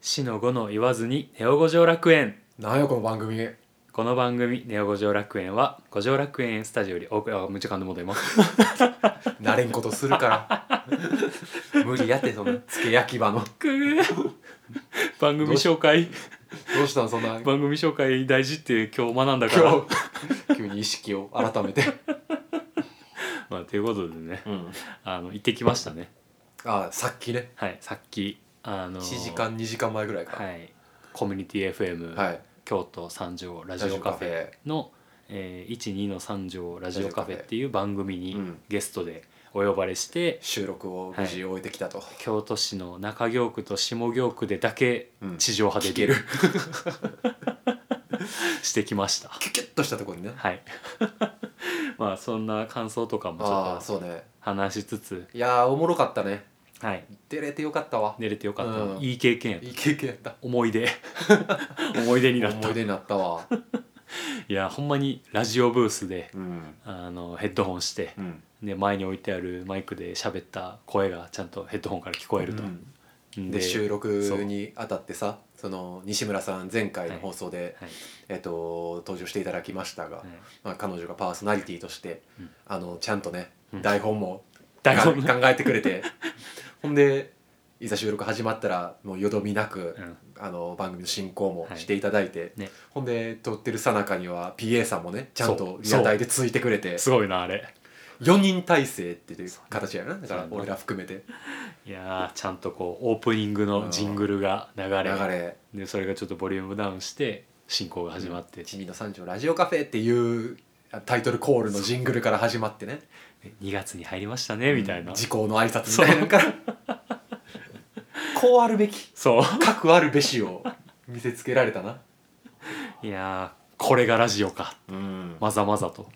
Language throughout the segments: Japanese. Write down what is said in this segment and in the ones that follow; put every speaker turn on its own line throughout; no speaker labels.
死の五の言わずにネオ五条楽園
なんやこの番組
この番組ネオ五条楽園は五条楽園スタジオよりお送りあ無時間で戻ります
慣れんことするから 無理やってそのつけ焼き場の
くー 番組紹 介
どうしたのそんな今
番組紹介大事って今日学んだから
日急に意識を改めて、
まあということでねあの行ってきましたね
あさっきね
はいさっきあの
1時間2時間前ぐらいか
はいコミュニティ FM、
はい、
京都三条ラジオカフェの、えー、12の三条ラジオカフェっていう番組に
うん
ゲストでお呼ばれして、
収録を無事終えてきたと、
京都市の中京区と下京区でだけ
うん
地上波で
聞 ける
してきました
キュキュッとしたところにね
はい まあそんな感想とかもち
あ
ょ
あ
っと
そうね
話しつつ
いやーおもろかったね
はい
出れてよかったわ、
寝れてよかった、
うん
いい経験やった
いい経験やった
思 い出思い出になった
思い出になったわ
いやほんまにラジオブースで
うん
あのヘッドホンして
うん
で前に置いてあるマイクで喋った声がちゃんとヘッドホンから聞こえると、
うん
ん
で収録
そう
にあたってさその西村さん前回の放送で、
はい
えっと、登場していただきましたが、
はい
まあ、彼女がパーソナリティとして、
うん
あのちゃんとね、
うん
台本も
台本
が考えてくれて ほんでいざ収録始まったらもうよどみなく、
うん
あの番組の進行も
はい
していただいて、
ね
ほんで撮ってるさなかには PA さんもねちゃん
そ
と
う
リアタイでついてくれて
すごいなあれ
4人体制っていう形やなだから
そう
俺ら含めて
いやーちゃんとこうオープニングのジングルが流
流
れ
れ
でそれがちょっとボリュームダウンして進行が始まって、
「地味の三条ラジオカフェ」っていうタイトルコールのジングルから始まってね
2月に入りましたねみたいな、
時効の挨拶みたいなのから こうあるべき
そ
かくあるべしを見せつけられたな
ういやーこれがラジオか
うん
まざまざと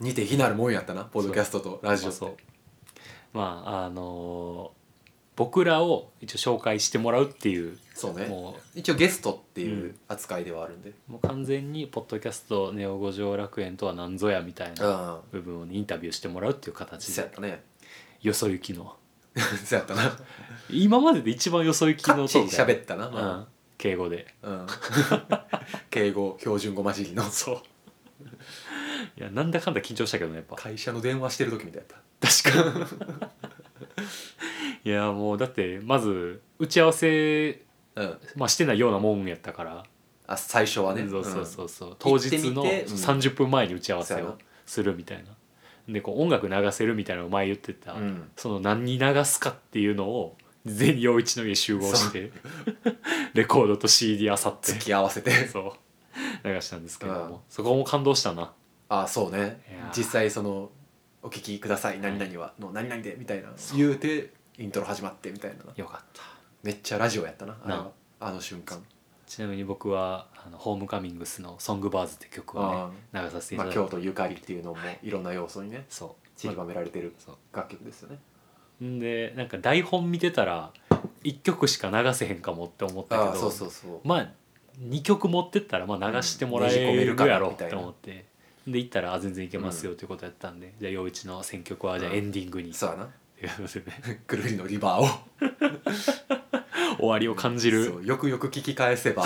似て非なるもんやったなポッドキャストとラジオ
そう
と
まああのー僕らを一応紹介してもらうっていう
そうね
もう
一応ゲストっていううん扱いではあるんで
もう完全に「ポッドキャストネオ五条楽園とは何ぞや」みたい
うん
な部分をインタビューしてもらうっていう形
そうやっ
で
たね
よそ行きの
そうやったな
今までで一番よそ行き
か
の
っちり
トークや
喋ったな、
うん、敬語で
うん敬語標準語混じりの
そういやなんだかんだ緊張したけどねやっぱ
会社の電話してる時みたいやった
確か いやもうだってまず打ち合わせ、
うん、
まあ、してないようなもんやったから
あ最初はね
そうそうそううそう、当日の
行ってみてうん
30分前に打ち合わせ
そうや
を
な
するみたいなでこう音楽流せるみたいなのを前言ってた、
うん
その何に流すかっていうのを全員陽一の家集合してレコードと CD あさっ
付き合わせて
てそう流したんですけども、
うん
そこも感動したな
あそうね
いやー
実際その「お聞きください何々は」の「何々で」みたいな言うてイントロ始まってみたいな
よかった
めっちゃラジオやったなあれ
な
はあの瞬間
ちなみに僕はあのホームカミングスの「ソングバーズ」って曲をね流させてい
ま
た
あ
だいて、
京都ゆかりっていうのもいろんな要素にね
そう
散りばめられてる
そ
楽曲ですよね
うんでなんか台本見てたら1曲しか流せへんかもって思ったけ
あ
ど
あそうそうそう
まあ2曲持ってったらまあ流してもらえ
うんねじ込め
る
るかな
やろ
みた
っ
い
て
な
思ってで行ったらあ全然いけますよということやったんで、じゃあ陽一の選曲はじゃあ
うん
エンディングに、
そうやな
ということで ね
くるりのリバーを
終わりを感じ
そ
る
うよくよく聞き返せ ば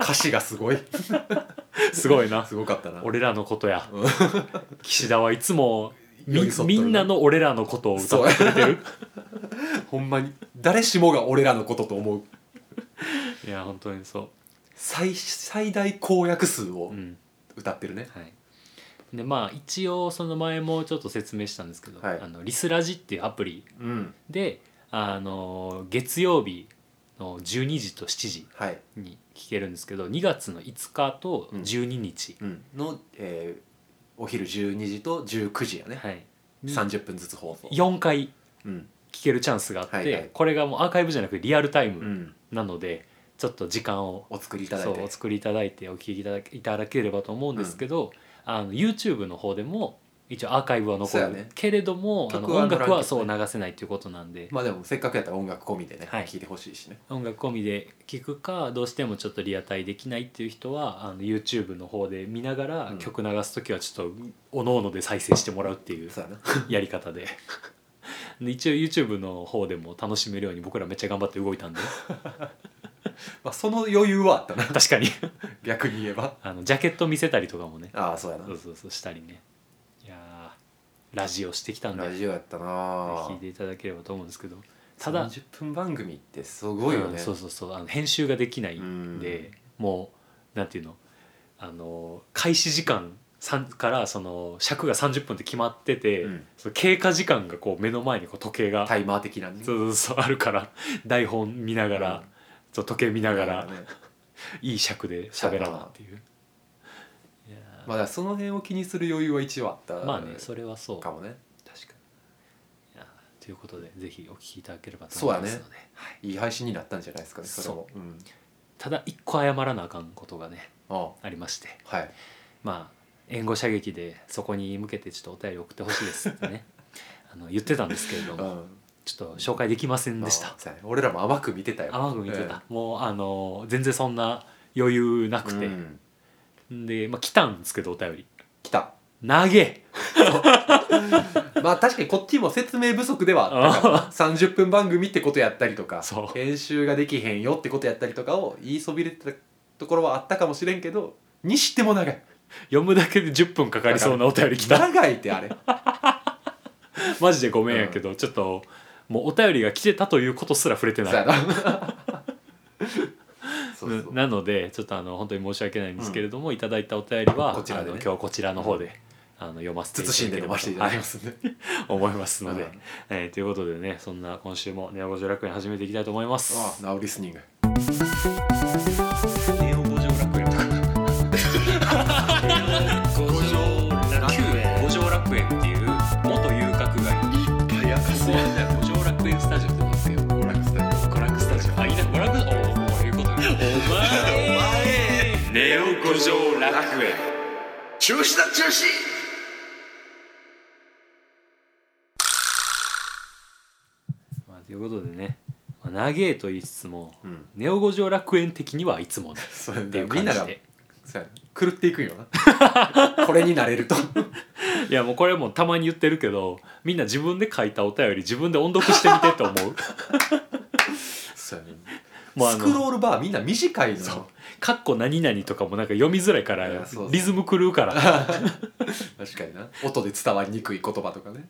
歌詞がすごい
すごいな
すごかったな
俺らのことや
うん
岸田はいつもみ
寄り添っとる
み
なん
なの俺らのことを歌ってくれてる
ほんまに誰しもが俺らのことと思う
いや本当にそ
最最大公約数
う、
を
うん
歌ってるね
はい、でまあ一応その前もちょっと説明したんですけど、
はい
あのリスラジっていうアプリ
うん
であの月曜日の12時と7時
はい
に聞けるんですけど2月の5日と12日、
の、えーお昼12時と19時やね、
はい、
30分ずつ放送、
4回
うん
聞けるチャンスがあって、
はいはい
これがもうアーカイブじゃなくリアルタイ
う
ム
ん、
なので、ちょっと時間を
お作りいただ
そ
いうて
お作りいただいてお聞きいただけいただければと思うんですけど、あの YouTube の方でも一応アーカイブは残
そうや
る、
ね
けれどもあの
曲は
音楽は
残
そう
らんけどね
流せないということなんで、
まあでもせっかくやったら音楽込みでね、
はい
聞いてほしいしね
音楽込みで聞くかどうしてもちょっとリアタイできないっていう人はあの YouTube の方で見ながら
うん
曲流す時はちょっとおのおので再生してもらうっていう
そうやな
やり方でで一応 YouTube の方でも楽しめるように僕らめっちゃ頑張って動いたんで
まあ、その余裕はあったな
確かに
逆に言えば
あのジャケット見せたりとかもね
ああそうやな
そうそうそうしたりねいやーラジオしてきたんで
ラジオやったな
聞いていただければと思うんですけどただ
10分番組ってすごいよ
うん
ね、
そうそうそうあの編集ができないんで、もうなんていうのあの開始時間さんからその尺が30分って決まってて、
うん
その経過時間がこう目の前にこう時計が
タイマー的なね
そうそうそうあるから台本見ながら、
うん
そう時計見ながら、
ね
いい尺で喋らなっていう。いやー
まあだからその辺を気にする余裕は一応あった
まあねそれはそう
かもね
確かにいやーということでぜひお聞きいただければと
そう
思いま
やね
すので、はい、
いい配信になったんじゃないですかねそれもうん
ただ一個謝らなあかんことがね
あ
ありまして
あはい
まあ援護射撃でそこに向けてちょっとお便り送ってほしいですって ねあの言ってたんですけれども
ん
ちょっと紹介できませんでし
あ
た
あそうやね俺らも甘く見てたよ
甘く見てた、
え
もうあの全然そんな余裕な
え
くて
う、ん
で、まあ、来たんですけどお便り
来た
投げ
まあ確かにこっちも説明不足ではあったかもな30分番組ってことやったりとか
そう
編集ができへんよってことやったりとかを言いそびれてたところはあったかもしれんけどにしても長い
読むだけで10分かかりそうなお便り来た
長いっ てあれ
マジでごめんやけど、ちょっともうお便りが来てたということすら触れて
そ
な
う
い
やな そうそう
ななのでちょっとあの本当に申し訳ないんですけれども、いただいたお便りは
こちらでね
あの今日こちらの方で、あの読ませていただ
慎んで
けれ
飲ま
ば
せてい
と、
た
は
だき
い
ま、すね、
思いますので、
うん
えーということでねそんな今週も「ネオ五条楽園」始めていきたいと思います。
ああナウリスニング
ネオ五条楽園五条楽園五条楽園っていう元遊郭街
やかそうや
五条楽園スタジオってなんですよ
娯楽スタジ
娯楽スタジオあいいな娯楽おお前言うことお前ネオ五条楽園
中止だ中止
まあということでね、まあ、長えと言いつつも、
うん
ネオ五条楽園的にはいつもね
そうや
っていう
み
感
んな
じ
が
で
そうやな狂っていくんよ なこれになれると
いやもうこれもたまに言ってるけどみんな自分で書いたお便り自分で音読してみてと思 う
そうやね
もうあ
スク
の
ロールバーみんな短いの
そう
よ
「かっこ何々」とかもなんか読みづらいか
い
ら
やそうそう
リズム狂うからい
確かにな音で伝わりにくい言葉とかね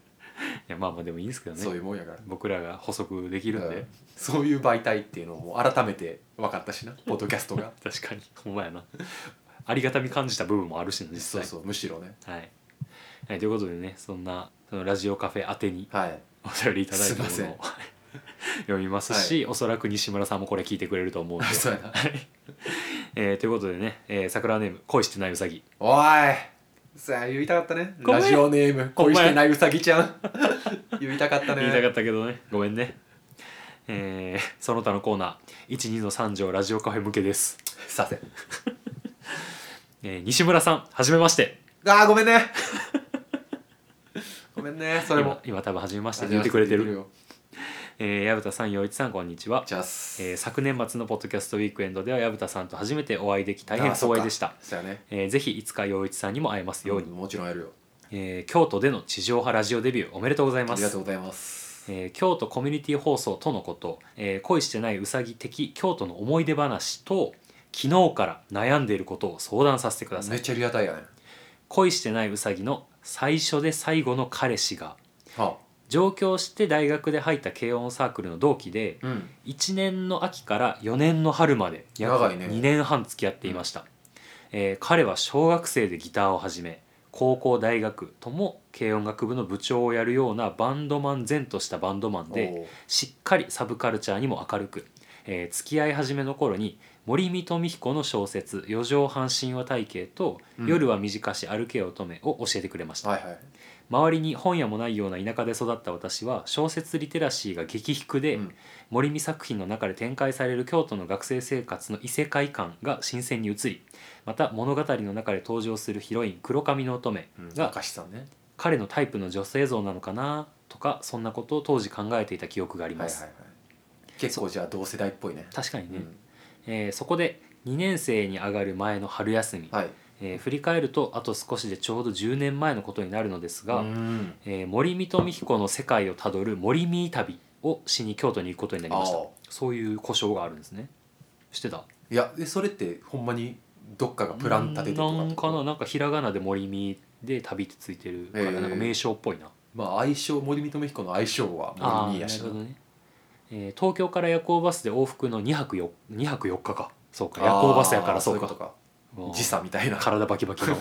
やまあまあでもいいんですけど
そう
ね
いうもんやから
僕らが補足できるんで、
うんそういう媒体っていうのも改めて分かったしなポッドキャストが
確かにほんまやなありがたみ感じた部分もあるしね実
そう
際
そうむしろね
はい、はい、ということでねそんなそのラジオカフェ宛てに
はい
お便りいただいたも
すい
の
ま、
を 読みますし、おそらく西村さんもこれ聞いてくれると思うんで
そうやな
えーということでね、えー桜ネーム「恋してないうさぎ
おいさあ言いたかったね
ごめ
ラ
ん
ジオネーム
ごめ
恋
ん
してないうさぎちゃん 言いたかった」ね
言いたかったけどねごめんね、えーその他のコーナー12の3条ラジオカフェ向けです、
させ
えー西村さんはじめまして
あーごめ んねごめんねそれも
今今多分はじめましてって言ってくれてる
よ
えー矢蓋さん陽一さんこんにちは
じゃあす
えー昨年末のポッドキャストウィークエンドでは矢蓋さんと初めてお会いでき大変
あそっか
光栄でした、
そうやね
えーぜひいつか陽一さんにも会えますように、
んもちろんやるよ
えー京都での地上波ラジオデビューおめでとうござい
あ
ま
りが
す
とうございます
えー京都コミュニティ放送とのこと、えー恋してないうさぎ的京都の思い出話と昨日から悩んでいることを相談させてくださ
めっ
い
ちゃリアタイやね
恋してないうさぎの最初で最後の彼氏が
は
上京して大学で入った軽音サークルの同期で
あうん
1年の秋から4年の春まで約
長いね
2年半付き合っていました、えー彼は小学生でギターを始め高校大学とも軽音楽部の部長をやるようなバンドマン前としたバンドマンで
おう
しっかりサブカルチャーにも明るく、えー付き合い始めの頃に森見富彦の小説「四畳半神話体系」と「
うん
夜は短し歩けよ乙女」を教えてくれました、
はいはい
周りに本屋もないような田舎で育った私は小説リテラシーが激低で、
うん
森見作品の中で展開される京都の学生生活の異世界観が新鮮に移りまた物語の中で登場するヒロイン黒髪の乙女が
明石さんね
彼のタイプの女性像なのかなとかそんなことを当時考えていた記憶があり
はいは
ま
い
す、
はい結構じゃあ同世代っぽいね
確かにね、
うん
えーそこで2年生に上がる前の春休み、
はい
えー振り返るとあと少しでちょうど10年前のことになるのですが、
うん
えー森見富彦の世界をたどる森見旅をしに京都に行くことになりました
あー
そういう故障があるんですねしてた
いやえそれってほんまにどっかがプラン立ててとかっ
な
て
ん
こと
かななんかひらがなで森見で旅ってついてるから、
えー
なんか名称っぽいな
まあ相性森光彦の相性は
あ
森見
ー
やし
なるほ
な
どね、えー東京から夜行バスで往復の2泊 4, 2泊4日かそうか
あ
夜
ー
行バスやからそ
そういううこ
か
とか
もう
時差みたいな
体バキバキ の、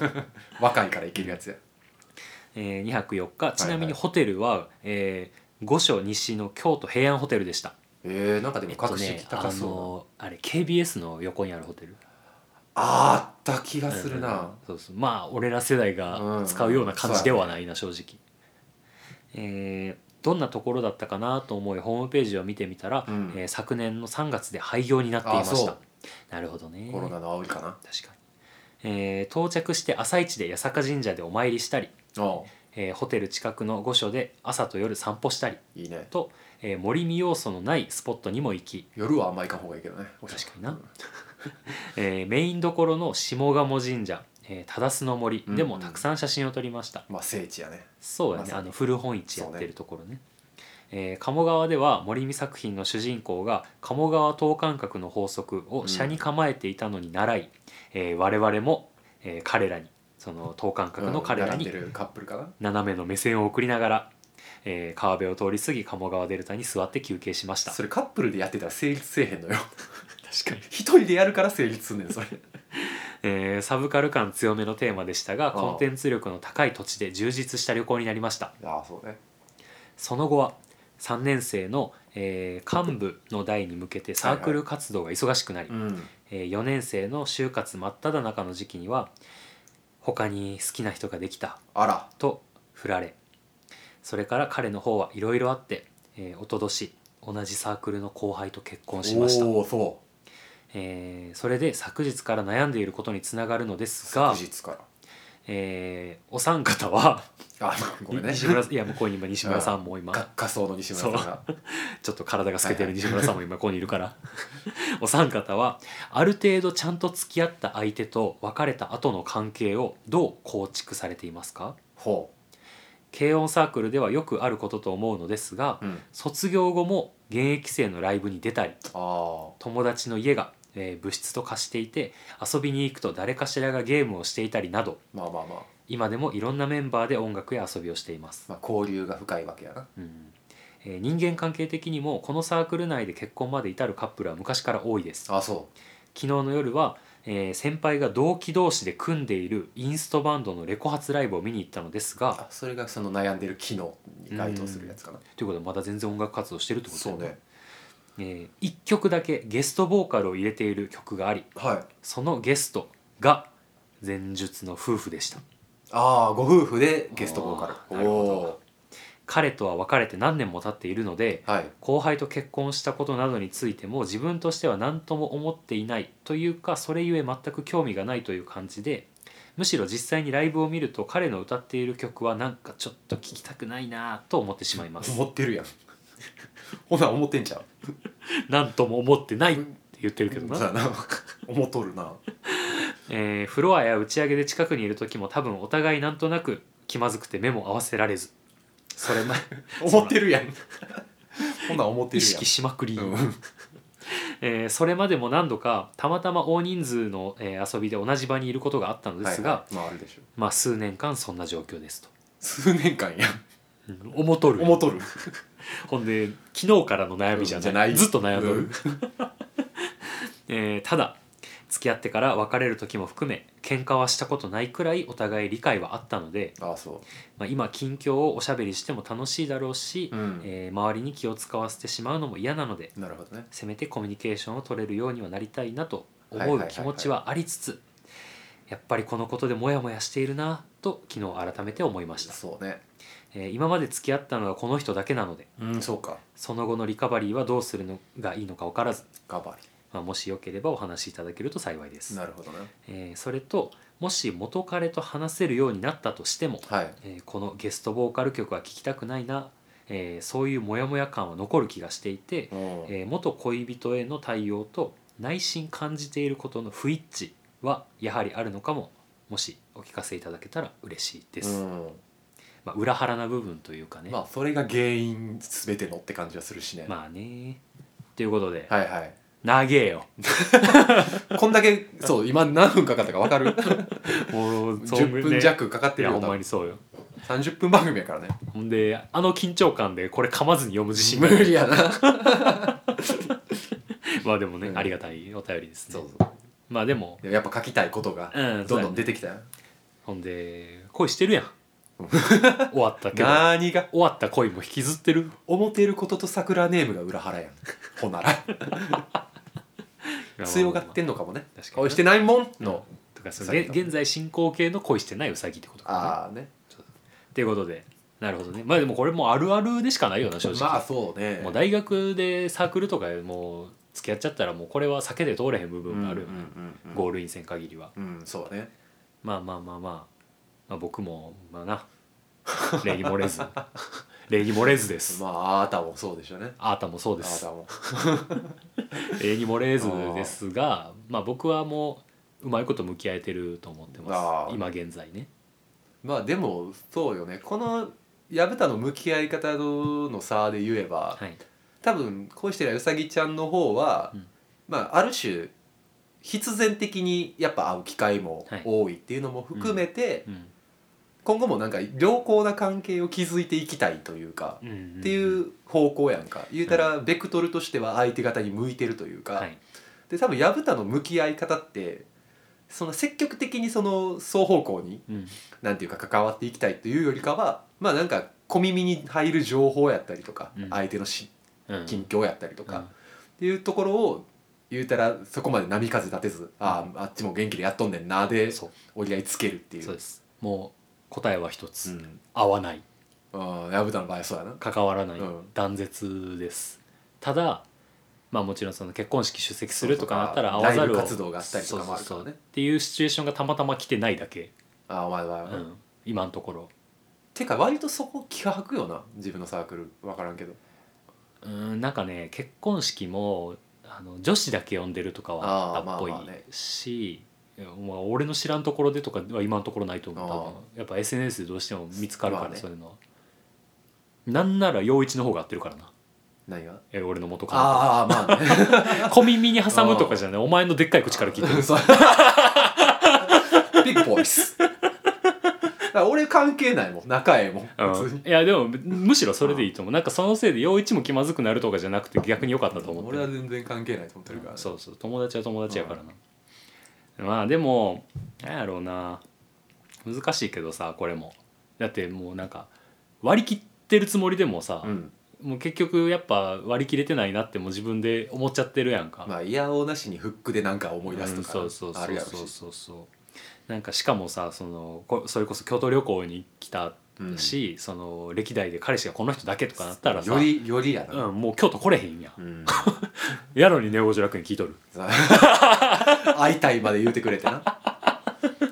若いからいけるやつや
えー、2泊4日ちなみ
はい
に
は
ホテルは、えー御所西の京都平安ホテルでした
えー、なんかでも格
えっ
式
とね
高そうな、
あのーあれ KBS の横にあるホテル
あーあった気がするな、
そうそうまあ俺ら世代が使うような感じではないな、正直、えーどんなところだったかなと思いホームページを見てみたら、
うん
えー昨年の3月で廃業になっていま
あ
し
そう
たなるほどね
コロナの煽りかな
確かに、えー到着して朝一で八坂神社でお参りしたり、
あ
えーホテル近くの御所で朝と夜散歩したり
いいね
と、えー森見要素のないスポットにも行き、
夜はあんま行かん方がいいけどね
確かになえーメインどころの下鴨神社、えー、忠須の森で
う
も
んうん
たくさん写真を撮りました、
まあ聖地やね
そうや
ま
ね、
さに
あの古本市やってるところねえー鴨川では森見作品の主人公が鴨川等間隔の法則を車に構えていたのに習い、えー我々も、えー彼らにその等間隔の彼らに
並んでるカップルかな
斜めの目線を送りながら、えー川辺を通り過ぎ鴨川デルタに座って休憩しました
それカップルでやってたら成立せえへんのよ
確かに
一人でやるから成立すんねんそれ
えーサブカル感強めのテーマでしたが
ああ
コンテンツ力の高い土地で充実した旅行になりました
ああそうね
その後は3年生の、えー幹部の代に向けてサークル活動が忙しくなり、
うん
え4年生の就活真っ只中の時期には他に好きな人ができた
あら
と振られそれから彼の方はいろいろあって、えー、おととし同じサークルの後輩と結婚しました、
おおそ
えーそれで昨日から悩んでいることにつながるので
う
すが
昨、日から
えーお三方 は
あごめんね
西村いや向こうに今西村さんも今
か仮想の西村さんが
ちょっと体が透けてる西村さんも今ここにいるから お三方はある程度ちゃんと付き合った相手と別れた後の関係をどう構築されていますか
ほ
軽音サークルではよくあることと思うのですが
う、うん、
卒業後も現役生のライブに出たり
ああ
友達の家が、えー部室と化していて遊びに行くと誰かしらがゲームをしていたりなど
まあまあまあ、
今でもいろんなメンバーで音楽や遊びをしています
まあ、交流が深いわけやな
うんえー人間関係的にもこのサークル内で結婚まで至るカップルは昔から多いです
あそ
昨日の夜は、えー先輩が同期同士で組んでいるインストバンドのレコ発ライブを見に行ったのです
う
が
あそれがその悩んでる機能に該当するやつかな
ということはまだ全然音楽活動してるってことだ
そう
よ
ね
えー、1曲だけゲストボーカルを入れている曲があり
はい
そのゲストが前述の夫婦でした
ああご夫婦でゲストボーカ
あー
ル
なるほど
お
彼とは別れて何年も経っているので
ーはい
後輩と結婚したことなどについても自分としては何とも思っていないというかそれゆえ全く興味がないという感じでむしろ実際にライブを見ると彼の歌っている曲はなんかちょっと聴きたくないなぁと思ってしまいます
思ってるや んほな思ってんちゃう
なんとも思ってないって言ってるけど
そう
な、
やな思っとる な
えーフロアや打ち上げで近くにいる時も多分お互いなんとなく気まずくて目も合わせられずそれま
思ってるやんほな思って
意
るやん
識しまくり、
うん
えーそれまでも何度かたまたま大人数の、えー遊びで同じ場にいることがあったのですが、
はいはいまああるでしょう
まあ、数年間そんな状況ですと。
数年間やん
思と
思っとる
ほんで昨日からの悩みじゃない,、ずっと悩んどる、
うん
えーただ付き合ってから別れる時も含め喧嘩はしたことないくらいお互い理解はあったので、
ああそ
まあ、今近況をおしゃべりしても楽しいだろうし、
ううん
えー周りに気を使わせてしまうのも嫌なので
なるほどね
せめてコミュニケーションを取れるようにはなりたいなと
は
思
いはいうはいはい
気持ちはありつつやっぱりこのことでモヤモヤしているなと昨日改めて思いました、
そうね
えー今まで付き合ったのはこの人だけなので
うんそうか
その後のリカバリーはどうするのがいいのか分からず、
ガバリ
まあ、もしよければお話しいただけると幸いです、
なるほどね
えーそれともし元彼と話せるようになったとしても、
はい
えーこのゲストボーカル曲は聴きたくないな、えーそういうモヤモヤ感は残る気がしていて、
うん
えー元恋人への対応と内心感じていることの不一致はやはりあるのかももしお聞かせいただけたら嬉しいです、
うん
まあ、裏腹な部分というかね
まあそれが原因全てのって感じはするしね、
まあねということで、
はいはい
長えよ
こんだけそう今何分かかったか分か る
もう
?10 分弱かかっ
い
てる
や
よ
ほ
多
んま
分
にそうよ
30分番組やからね
ほんであの緊張感でこれ噛まずに読む自信
無
が
理やな
まあでもね、
うん
ありがたいお便りですね
そうそう
まあでも
でもやっぱ書きたいことが
うん
どんどん出てきたよ、
ほんで恋してるやん終わったけど
何が
終わった恋も引きずってる
思っていることと桜ネームが裏腹やんほなら強がってんのかもね
確かに
恋してないもんの、
とかそのげ現在進行形の恋してないウサギってことかな
あね
っていうことでなるほどねまあでもこれもうあるあるでしかないよな正直、
まあそうね
もう大学でサークルとかでもう付き合っちゃったらもうこれは避けて通れへん部分があるよね、ゴールイン戦限りは
うんそうね
まあまあまあまあ、まあ、僕もまあな礼儀漏れず 礼儀漏れずです、
まああなたもそうでしょうね
あなたもそう
あ
で
な
す
たも
礼儀漏れずですがまあ僕はもううまいこと向き合えてると思って
あ
ま
ー
す今現在ね
まあでもそうよねこの薮田の向き合い方の差で言えば、
はい
多分恋してるうさぎちゃんの方は、
うん
まあある種必然的にやっぱ会う機会も
はい
多いっていうのも含めて、
うん
今後もなんか良好な関係を築いていきたいというか、
うんんん
っていう方向やんか言うたらベクトルとしては相手方に向いてるというか、
はい
で多分薮田の向き合い方ってその積極的にその双方向に
うん
なんていうか関わっていきたいというよりかはまあなんか小耳に入る情報やったりとか、
うん
相手のし
うん
近況やったりとか、っていうところを言うたらそこまで波風立てず、あああっちも元気でやっとんねんな
う
で
んそう
折り合いつけるっていう
そうですもう答えは一つ、
うん
合わない
ああ薮田の場合はそうやな
関わらない、
うん
断絶ですただまあもちろんその結婚式出席するとかなったら
そ
合
うそう
わざるを
ライブ活動があったりとかもあるからね
そうそうそうっていうシチュエーションがたまたま来てないだけ、
ああお前は、
うん今のところ
てか割とそこ気が吐くよな自分のサークル分からんけど
うんなんかね結婚式もあの女子だけ呼んでるとかはあ
あー
ったっぽい
まあまあね
し、いやまあ俺の知らんところでとかは今のところないと思う多
あ
分やっぱ SNS でどうしても見つかるから、
まあね
そういうのはなんなら陽一の方が合ってるからな
何が
え俺の元から
ああまあね
小耳に挟むとかじゃないお前のでっかい口から聞いてる
そうビッグボイスだから俺関係ないもん仲ええもん
う
普通
ん
に、
いやでもむむしろそれでいいと思うなんかそのせいで陽一も気まずくなるとかじゃなくて逆に良かったと思って
俺は
る
全然関係ないと思ってるから、
うんそうそう友達は友達やからなまあでもなんやろうな難しいけどさこれもだってもうなんか割り切ってるつもりでもさ
うん
もう結局やっぱ割り切れてないなってもう自分で思っちゃってるやんか
まあ嫌おうなしにフックでなんか思い出すとか
うんそうそう
あるやろ
そう
し
そうそうなんかしかもさそのこそれこそ京都旅行に来たし、その歴代で彼氏がこの人だけとかなったらさ
よりよりやな、
うん、もう京都来れへんやん
うん
やのにネオジョ楽に聞いとる
会いたいまで言うてくれてな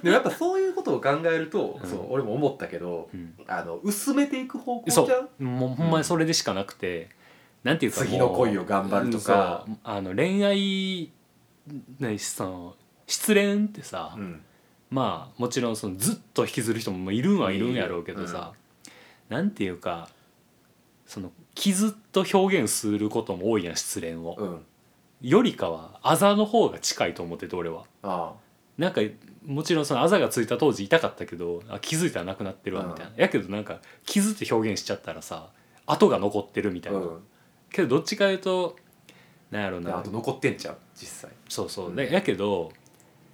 でもやっぱそういうことを考えると、
うん
そう俺も思ったけど
うん
あの薄めていく方向じゃ
そ
ん
うもうほんまにそれでしかなくて、なんていうかもう
次の恋を頑張るとか
うんそうあの恋愛ねその失恋ってさ、
うん
まあもちろんそのずっと引きずる人もいるんはいるんやろうけど
いる
さ、なんていうかその傷と表現することも多いやん失恋を、
うん
よりかはあざの方が近いと思ってて俺は
あ
なんかもちろんそのあざがついた当時痛かったけどあ気づいたらなくなってるわみたいな、やけどなんか傷って表現しちゃったらさ跡が残ってるみ
あ
たいうな、
ん
けどどっちかいうとなんやろう
で
な
あと残ってんじゃん実際
そうそう、
うん
でやけど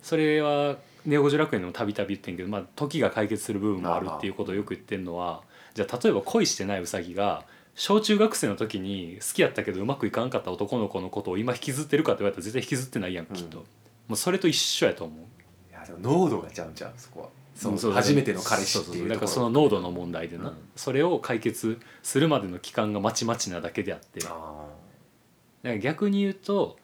それはネオ・ジョ楽園でもたびたび言ってんけど、まあ、時が解決する部分もある
まあまあ
っていうことをよく言ってんのはじゃあ例えば恋してないウサギが小中学生の時に好きやったけどうまくいかんかった男の子のことを今引きずってるかって言われたら絶対引きずってないやんきっと、
うん
もうそれと一緒やと思う
いやでも濃度がちゃうんちゃうそこはその
そう
初めての彼氏
そ
っ
そ
ていう
だ
と
からそ
こ
の濃度の問題でな、
うん
それを解決するまでの期間がまちまちなだけであって
ろ
だか
あ
ら逆に言うと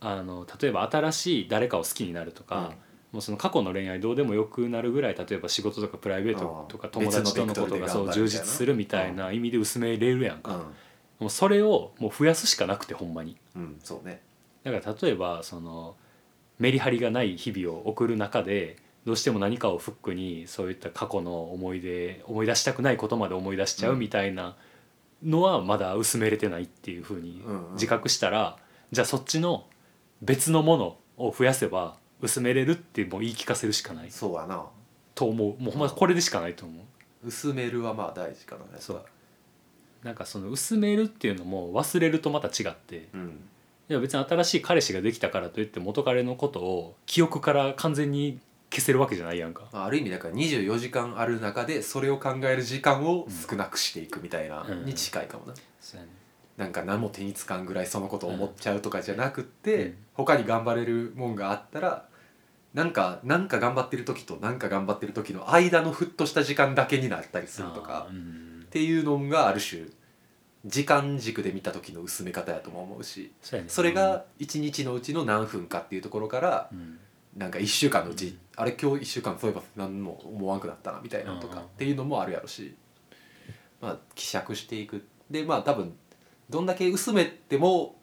あの例えば新しい誰かを好きになると
あ
か、もうその過去の恋愛どうでもよくなるぐらい例えば仕事とかプライベートとか
う
友
ん
達とのこと
別のベクトルで
が
頑張
そ
る
う
みた
充実するみた
いな
いな意味で薄めれるやん
う
か、
ん
もうそれをもう増やすしかなくてほんまに
うんそうね
だから例えばそのメリハリがない日々を送る中でどうしても何かをフックにそういった過去の思い出思い出したくないことまで思い出しちゃうみたいなのはまだ薄めれてないっていうふうに
うんうん
自覚したらじゃあそっちの別のものを増やせば薄めれるってもう言い聞かせるしかない
そうやな
と思うもうほんまこれでしかないと思う
薄めるはまあ大事かな
そうなんかその薄めるっていうのも忘れるとまた違って
うん
いや別に新しい彼氏ができたからといって元彼のことを記憶から完全に消せるわけじゃないやんか
まあ、ある意味だから24時間ある中でそれを考える時間を少なくしていくみたいな
うん
に近いかもな、
そうやね
なんか何も手につかんぐらいそのことを思っちゃうとかじゃなくって、
うん
他に頑張れるもんがあったらなんかなんか頑張ってる時となんか頑張ってる時の間のふっとした時間だけになったりするとか
あーうん
っていうのがある種時間軸で見た時の薄め方やとも思うし
そうやね
それが1日のうちの何分かっていうところから
うん
なんか1週間のう
う
ち
ん
あれ今日1週間そういえば何も思わんくなったなみたいなのと
うん
かっていうのもあるやろしまあ希釈していくでまあ多分どんだけ薄めても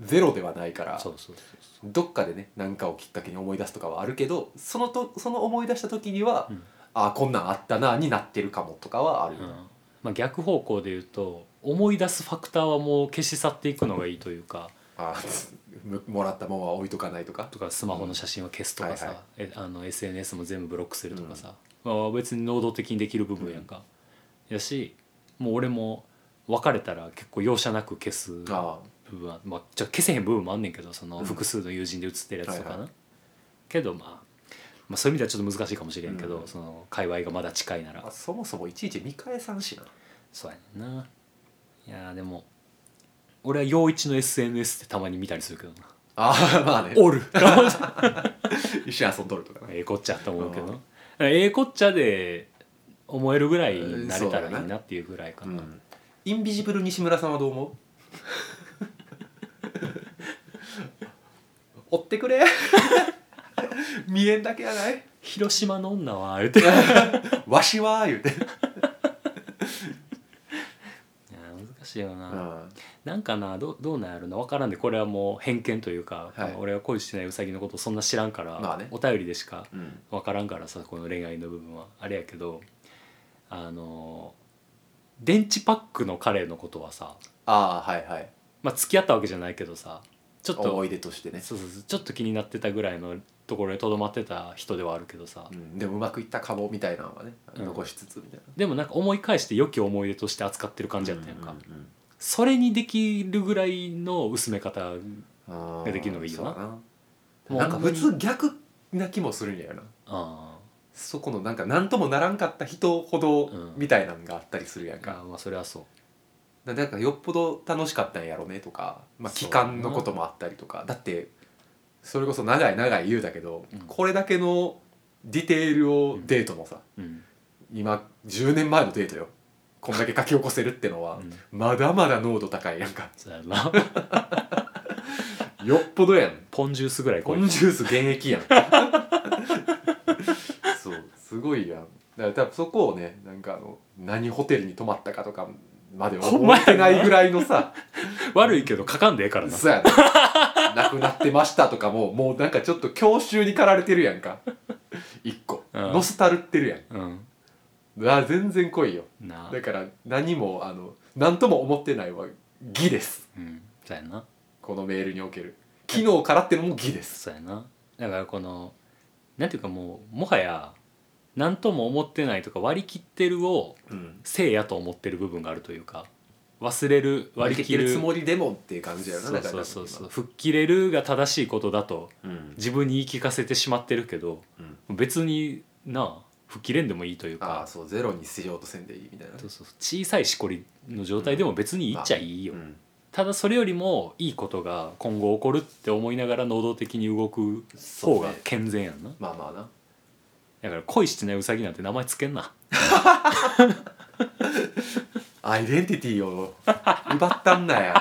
ゼロではないから
そうそうそうそ
どっかでね何かをきっかけに思い出すとかはあるけどそのとその思い出した時には、
うん
ああこんなんあったなになってるかもとかはある
う、う
よ
ん
な
まあ、逆方向で言うと思い出すファクターはもう消し去っていくのがいいというか
ああつむ もらったもんは置いとかないとか
とかスマホの写真を消すとかさ、
はいは
えあの SNS も全部ブロックするとかさ、まあ、別に能動的にできる部分やんか、やしもう俺も別れたら結構容赦なく消す
あ
部分は、まあ、じゃあ消せへん部分もあんねんけどそうの
ん
複数の友人で写ってるやつとかな、
はいは
けど、まあ、まあそういう意味ではちょっと難しいかもしれんけど、
うん
その界隈がまだ近いなら
あ、まあそもそもいちいち見返さんしな
そうやねんないやーでも俺は陽一の SNS ってたまに見たりするけどな
ああまあね
おる
一緒に遊んどるとかね
ええこっちゃと思うけど
うん
だからええこっちゃで思えるぐらいになれたらいいなっていうぐらいかな、
うんインビジブル西村さんはどう 思う追ってくれ 見えんだけやない
広島の女は言うて いや
わしは言うて、
ー難しいよな、
あ
なんかなどうどうなんやろな分からんでこれはもう偏見というか、
はい
俺は恋してないウサギのことそんな知らんから、
まあね
お便りでしか
うん、
分からんからさこの恋愛の部分はあれやけどあの電池パックの彼のことはさ、
あーはいはい
まあ、付き合ったわけじゃないけどさちょっと
思い出としてね、
そうそうそうちょっと気になってたぐらいのところにとどまってた人ではあるけどさ、
うん、でもうまくいったかもみたいなのはね
うん
残しつつみたい
でもなんか思い返して良き思い出として扱ってる
な
感じやったやんか、
うんうんうん
それにできるぐらいの薄め方
あー
ができるのがいいよな
そうだ
もう
なんか普
ほん
通逆な気もするんやよな
あ
そこのなんか何ともならんかった人ほ
うん
どみたいなのがあったりするやん
ー
か、
あまあそれはそう
だなんかよっぽど楽しかったんやろねとか、まあ、
そう
期間のこともあったりとかだってそれこそ長い長い言うだけど、
うん
これだけのディテールをデートもさ、
うん、
今10年前のデートよこんだけ書き起こせるってのは、
うん、
まだまだ濃度高いやんか
そうやな
よっぽどやん
ポンジュースぐらい
ポ
濃い
ンジュース現役やんそうすごいやんだから多分そこをねなんかあの何ホテルに泊まったかとかまで
ほんま
覚
やな
えてないぐらいのさ
悪いけどかかんでええからな
そうやななくなってましたとかももうなんかちょっと郷愁に駆られてるやんか一個
うん
ノスタルってるやん
うん
あ全然濃いよ
なあ
だから何もあの何とも思ってないは義です
うんそうやな
このメールにおける機能からってのも義です
そうやなだからこのなんていうかもうもはや何とも思ってないとか割り切ってるを
うん
せいやと思ってる部分があるというか忘れる割
割
り
り
切
切
る
るつもりでもっていう感じやよ
そ
な
うそうそうそう吹っ切れるが正しいことだと
う、うん
自分に言い聞かせてしまってるけど
うん、
別になあ吹っ切れんでもいいという
ああ
か
そうゼロにしようとせんでいいみたいなね
そうそう小さいしこりの状態でも別にいいっちゃいいよ、
うん
ただそれよりもいいことが今後起こるって思いながら能動的に動く
そう
方
ね
が健全やんな、
まあまあな
だから恋してないウサギなんて名前つけんな
アイデンティティを奪ったんだよ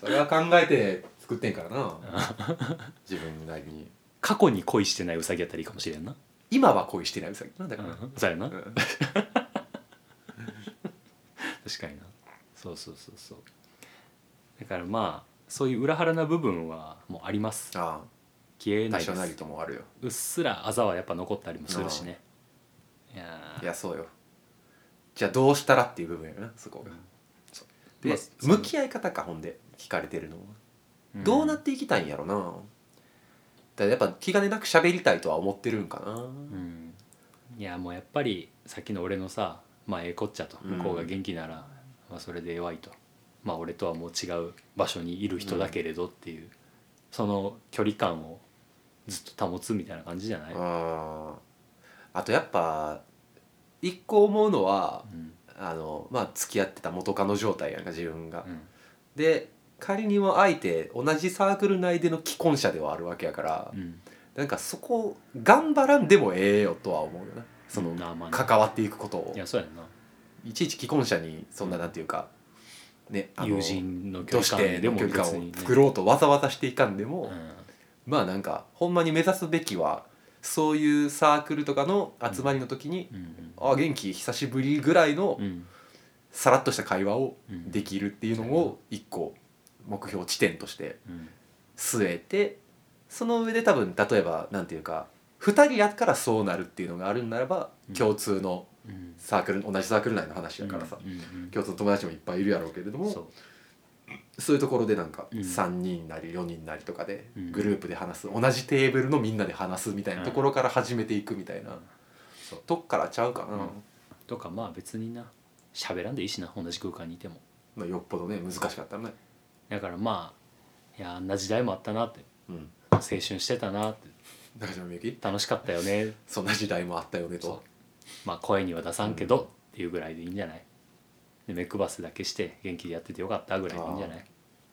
それは考えて作ってんからな自分なりに
過去に恋してないウサギやったらいいかもしれんな、
今は恋してないウサギなんだ
う
から、
ん、そうやな
うん
確かになそうそうそうそうだからまあそういう裏腹な部分はもうあります
あ
消え
あ
な
多
いで
少なり
す
ともあるよ
うっすらあざはやっぱ残ったりもするしねいやー
いやそうよじゃあどうしたらっていう部分やなそこが、
そう
で、
まあその
向き合い方かほんで聞かれてるのはどうなっていきたいんやろな、だからやっぱ気兼ねなく喋りたいとは思ってるんかな、
うんいやもうやっぱりさっきの俺のさまあええこっちゃと
うん
向こうが元気なら、まあ、それで弱いとまあ俺とはもう違う場所にいる人だけれどっていう、その距離感をずっと保つみたいな感じじゃない、
ああとやっぱ一個思うのは
うん
あのまあ付き合ってた元カノ状態やんか自分が、
うん
で仮にも相手同じサークル内での既婚者ではあるわけやから、
うん
なんかそこ頑張らんでもええよとは思うよなその
なあまあな
関わっていくことを
いやそうやんない
ちいち既婚者にそんななんていうか、ねあの
友人の距離
として
感で
の
も
距
別
離感を
にね、
作ろうとわざわざしていかんでも、
うん
まあなんかほんまに目指すべきはそういうサークルとかの集まりの時に
うん
「ああ元気久しぶり」ぐらいの
うん
さらっとした会話を
うん
できるっていうのを一個目標地点として
うん
据えてその上で多分例えばなんていうか2人やからそうなるっていうのがあるんならば
うん
共通の
うん
サークル同じサークル内の話やからさ
うんうん
共通の友達もいっぱいいるやろうけれど
うん
も
そう
そういうところでなんか
うん
3人なり4人なりとかで
うん
グループで話す同じテーブルのみんなで話すみたいなところから始めていくみたいな
そう
とっからちゃうかな、
うんとかまあ別にな喋らんでいいしな同じ空間にいても
まあ、よっぽどね難しかったらね、
だからまあいやあんな時代もあったなって
うん、
青春してたなって
中島みゆき
楽しかったよね
そんな時代もあったよねと
まあ声には出さんけど、っていうぐらいでいいんじゃないで目配せだけして元気でやっててよかったぐらいでいいんじゃない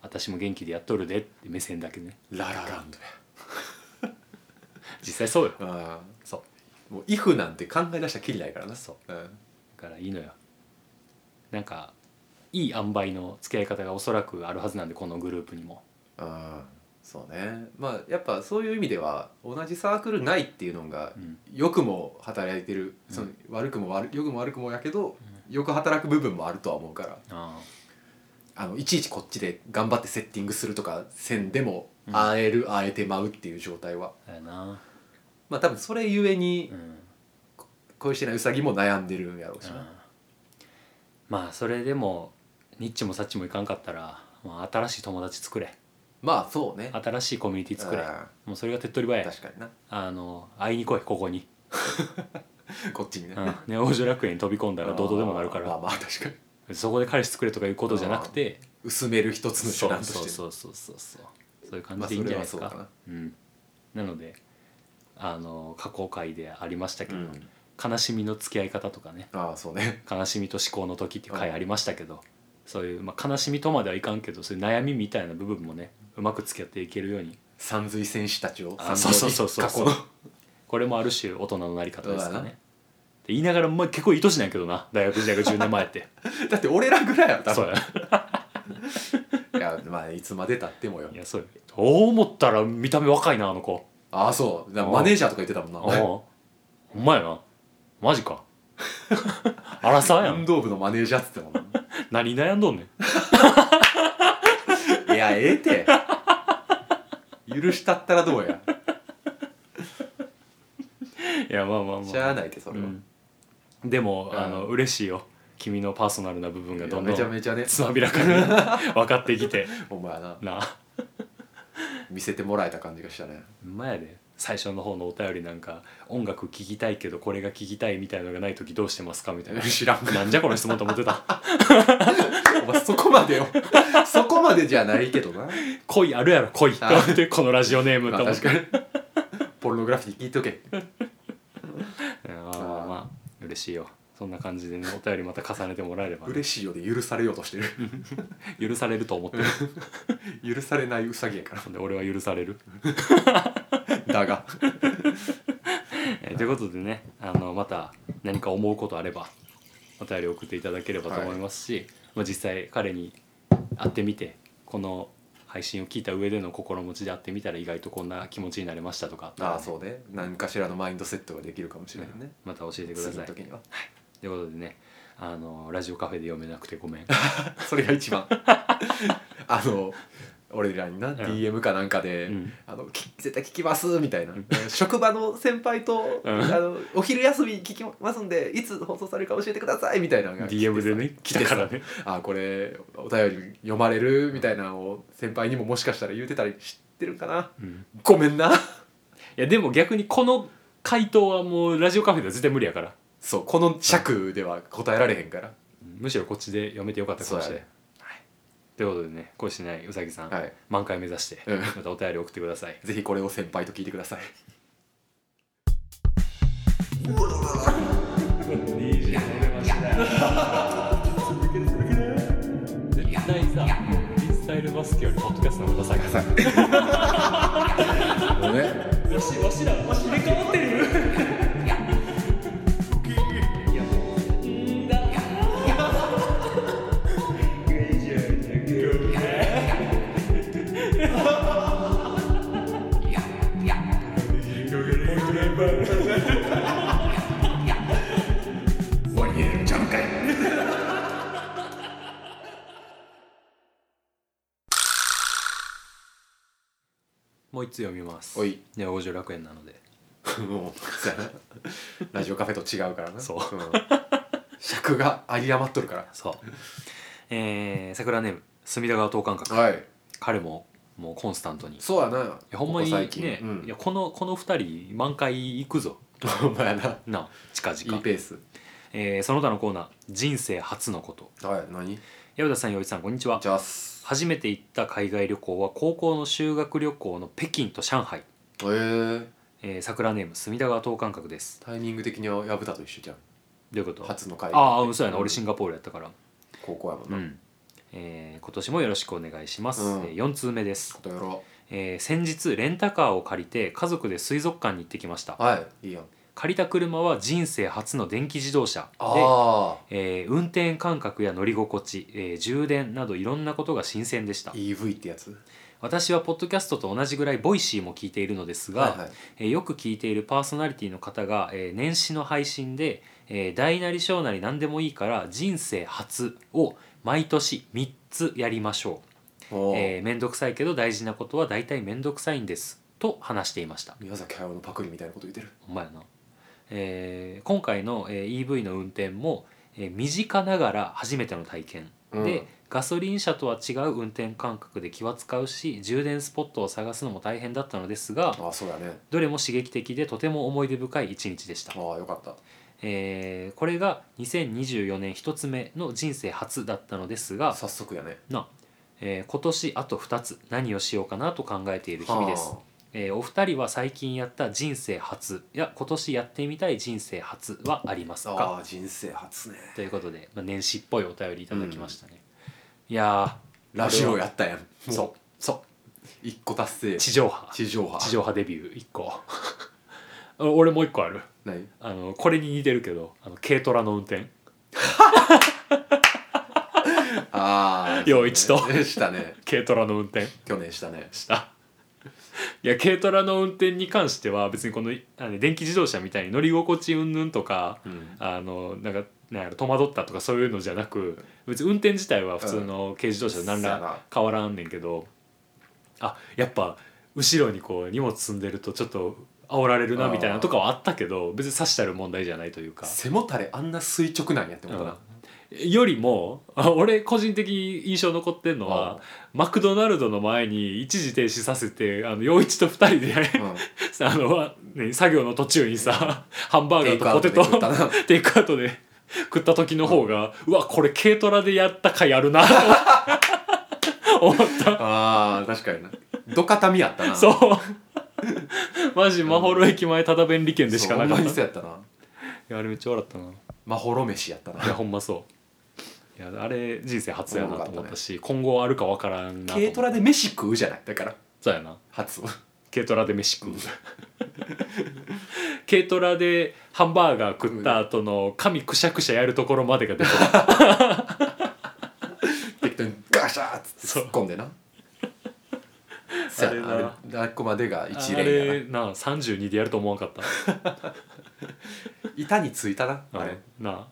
私も元気でやっとるでって目線だけね
ララランドや
実際そうよだ
あ
そ
そうもう「イフ」なんて考え出したらきりないからな、
そう
ん、
からいいのよなんかいい塩梅の付き合い方がおそらくあるはずなんでこのグループにも
あーそうねまあやっぱそういう意味では同じサークルないっていうのが
うん
良くも働いてる、
うん
その悪くも悪良くも悪くもやけど、よく働く部分もあるとは思うから
あ
あのいちいちこっちで頑張ってセッティングするとかせんでも
うん
会える、会えてまうっていう状態は
あだよな
まあ多分それゆえに
うん
恋してないうさぎも悩んでるんやろうしな、
まあそれでもニッチもサッチもいかんかったら、まあ、新しい友達作れ
まあそうね
新しいコミュニティ作れ
あ
もうそれが手っ取り早
ー
い
確かにな
あの会いに来いここ に、
こっちにね、
うん、ネオジョ楽園に飛び込んだらどうとでもなるか
まあ
ら
まあ確かに
そこで彼氏作れとかいうことじゃなくて
薄める一つの手
そう
段として
そう
ね
そうそうそうそうそういう感
ま
じ
あ
でいい
そ
んじゃないですか,、
れはそうかな
うん、なのであの過去回でありましたけ
う
ど、
ん
悲しみの付き合い方とかね
ああそうね
悲しみと思考の時っていう回ありましたけど、そういう、まあ、悲しみとまではいかんけどそういう悩みみたいな部分もねうまく付き合っていけるように
三髄戦士たちを
あ
三髄
そうそうそうそう
過去の
これもある種大人のなり方です
そう
か
だな
ね。って言いながら、まあ、結構いい年なんやけどな大学時代が10年前って
だって俺らぐらいは多
そう
分
や
いやまあいつまでたってもよ
いやそうやどう思ったら見た目若いなあの子
ああそうだからマネージャーとか言ってたもん
ああ
な
ほんまやなマジ かあらさや
運
ん
動部のマネージャーっつってたもんな
何悩んどんねん
いやええて許したったらどうや
いやまあまあまあ
しゃあないてそれは、
うんでも、
うん
あの嬉しいよ君のパーソナルな部分がどんど
めちゃ
ん
めちゃね
つまびらかに 分かってきて
お前な
なあ
見せてもらえた感じがしたね
ほんまやで最初の方のお便りなんか音楽聴きたいけどこれが聴きたいみたいのがない時どうしてますかみたいな
知らんが
なんじゃこの質問と思ってた
お前そこまでよそこまでじゃないけどな
恋あるやろ恋って
あ
思ってこのラジオネーム
ま
と
あ
思っ
確
て
かに ポルノグラフィティ聞いとけ
うんまあまあまあ嬉しいよそんな感じでねお便りまた重ねてもらえればね、
嬉しいよで許されようと してる
許されると思ってる
許されないウサギやか
で俺は許される
らだが
えーということでねあのまた何か思うことあればお便り送っていただければと思いますし、まあ、実際彼に会ってみてこの配信を聞いた上での心持ちで会ってみたら意外とこんな気持ちになれましたとか
ああそうね何かしらのマインドセットができるかもしれないね
また教えてくだ
次
さ
の
い。と
時には
いうことでね あのラジオカフェで読めなくてごめん。
それが一番あの俺らにな DM かなんかで、
うん
あのき絶対聞きますみたいな、
うん
職場の先輩と、
うん
あのお昼休み聞きますんでいつ放送されるか教えてくださいみたいなのが来てさ
DM でね来
来て
た
さ
からね
あこれお便り読まれるみたいなのを先輩にももしかしたら言うてたり知ってるんかな
うん
ごめん な
いやでも逆にこの回答はもうラジオカフェでは絶対無理やから
そうこの尺では答えられへんから
むしろこっちで読めてよかったかもしれ
そう
ない
やね
ということでね恋しないうさぎさん、
はい
満開目指して
うん
またお便り送ってください
ぜひこれを先輩と聞いてください
絶対さリスタイルバスケよりポッドキャストの方がさ
ごめん
わしわしらわし入れ替わってるもう一つ読みます
おい
ね王女楽園なので
もうそうやなラジオカフェと違うからな
そうん
尺が有り余っとるか
そうえー、桜ネーム隅田川等間隔
らはい
彼ももうコンスタントにい
そうやないや
やほんまに
ここ最近
ね、
うん
いやこのこの二人満開行くぞ
ほんまやな
な近
いい
々
ペース
えーその他のコーナー「人生初のこと
はい何」
矢田さん陽一さんこんにちは
じゃあす
初めて行った海外旅行は高校の修学旅行の北京と上海、
えー、
えー桜ネーム隅田川等間隔です
タイミング的には薮田と一緒じゃん
どういうこと
初の会
ああうんそうやな俺シンガポールやったから
高校やもん
う
な、
ん、えー今年もよろしくお願いします、
うん
え4通目です
こ、とやろ
えー先日レンタカーを借りて家族で水族館に行ってきました
うはいいいやん
借りた車は人生初の電気自動車で
あ
えー運転感覚や乗り心地、えー充電などいろんなことが新鮮でした
あ EV ってやつ
私はポッドキャストと同じぐらいボイシーも聞いているのですが、
はいはい
えーよく聞いているパーソナリティの方が、えー年始の配信で、えー大なり小なり何でもいいから人生初を毎年3つやりましょう
おー
えーめんどくさいけど大事なことは大体めんどくさいんですと話していました
宮崎駿のパクリみたいなこと言ってる
ほんまやな、えー今回の、えー EV の運転も、えー身近ながら初めての体験で、
うん
ガソリン車とは違う運転感覚で気は使うし充電スポットを探すのも大変だったのですが
ああそうやね
どれも刺激的でとても思い出深い一日でした、
ああよかった
えーこれが2024年1つ目の人生初だったのですが
早速やね
な、えー今年あと2つ何をしようかなと考えている日々です
は
えーお二人は最近やった人生初いや今年やってみたい人生初はあります
ああ
か
あ人生初ね
ということで、まあ、年始っぽいお便りいただきましたね、いやー
ラジオ
これは
やったやんも
そうそう
一個達成
う地上波
地上波
地上波デビュー1個 あ俺もう1個ある
何
あのこれに似てるけどあの軽トラの運転
ああ
陽一と
したね
軽トラの運転
去年したね
した いや軽トラの運転に関しては別にこのあの電気自動車みたいに乗り心地云々とか、
うん
あのなんかなんやろ戸惑ったとかそういうのじゃなく別に運転自体は普通の軽自動車と何
そうやな
ら変わらんねんけどあやっぱ後ろにこう荷物積んでるとちょっと煽られるなみたいなとかはあったけど別に差したる問題じゃないというか。
背もたれあんな垂直なんやってことな
よりもあ俺個人的に印象残ってんのはマクドナルドの前に一時停止させてあの陽一と二人で、
うん
あの、ね、作業の途中にさハンバ
テ
ー
イ
ガ
クアウ
ー
ト
と
で食
ポテ
った
ト
な
テイクアウトで食った時の方が、うわこれ軽トラでやったかやるな 思 った
あー確かになどかたみやった な
そうマジまほろ駅前ただ便利券でしかなか
そうほんま
っ
に
た
そう
い
やったな
やあれめっちゃ笑ったな
まほろ飯やっ たない
やほんまそういやあれ人生初やなと思ったし今後あるかわからんなと思
軽トラで飯食うじゃないだから
そうやな
初
軽トラで飯食う 軽トラでハンバーガー食った後の髪くしゃくしゃやるところまでが出てた
適当にガシャーっつって突っ込んでなそうや
あれ
な
な
あれあっこまでが 一
あ
例や
れ
な
なあ32でやると思わんかった
板についたなあれ
うんなあ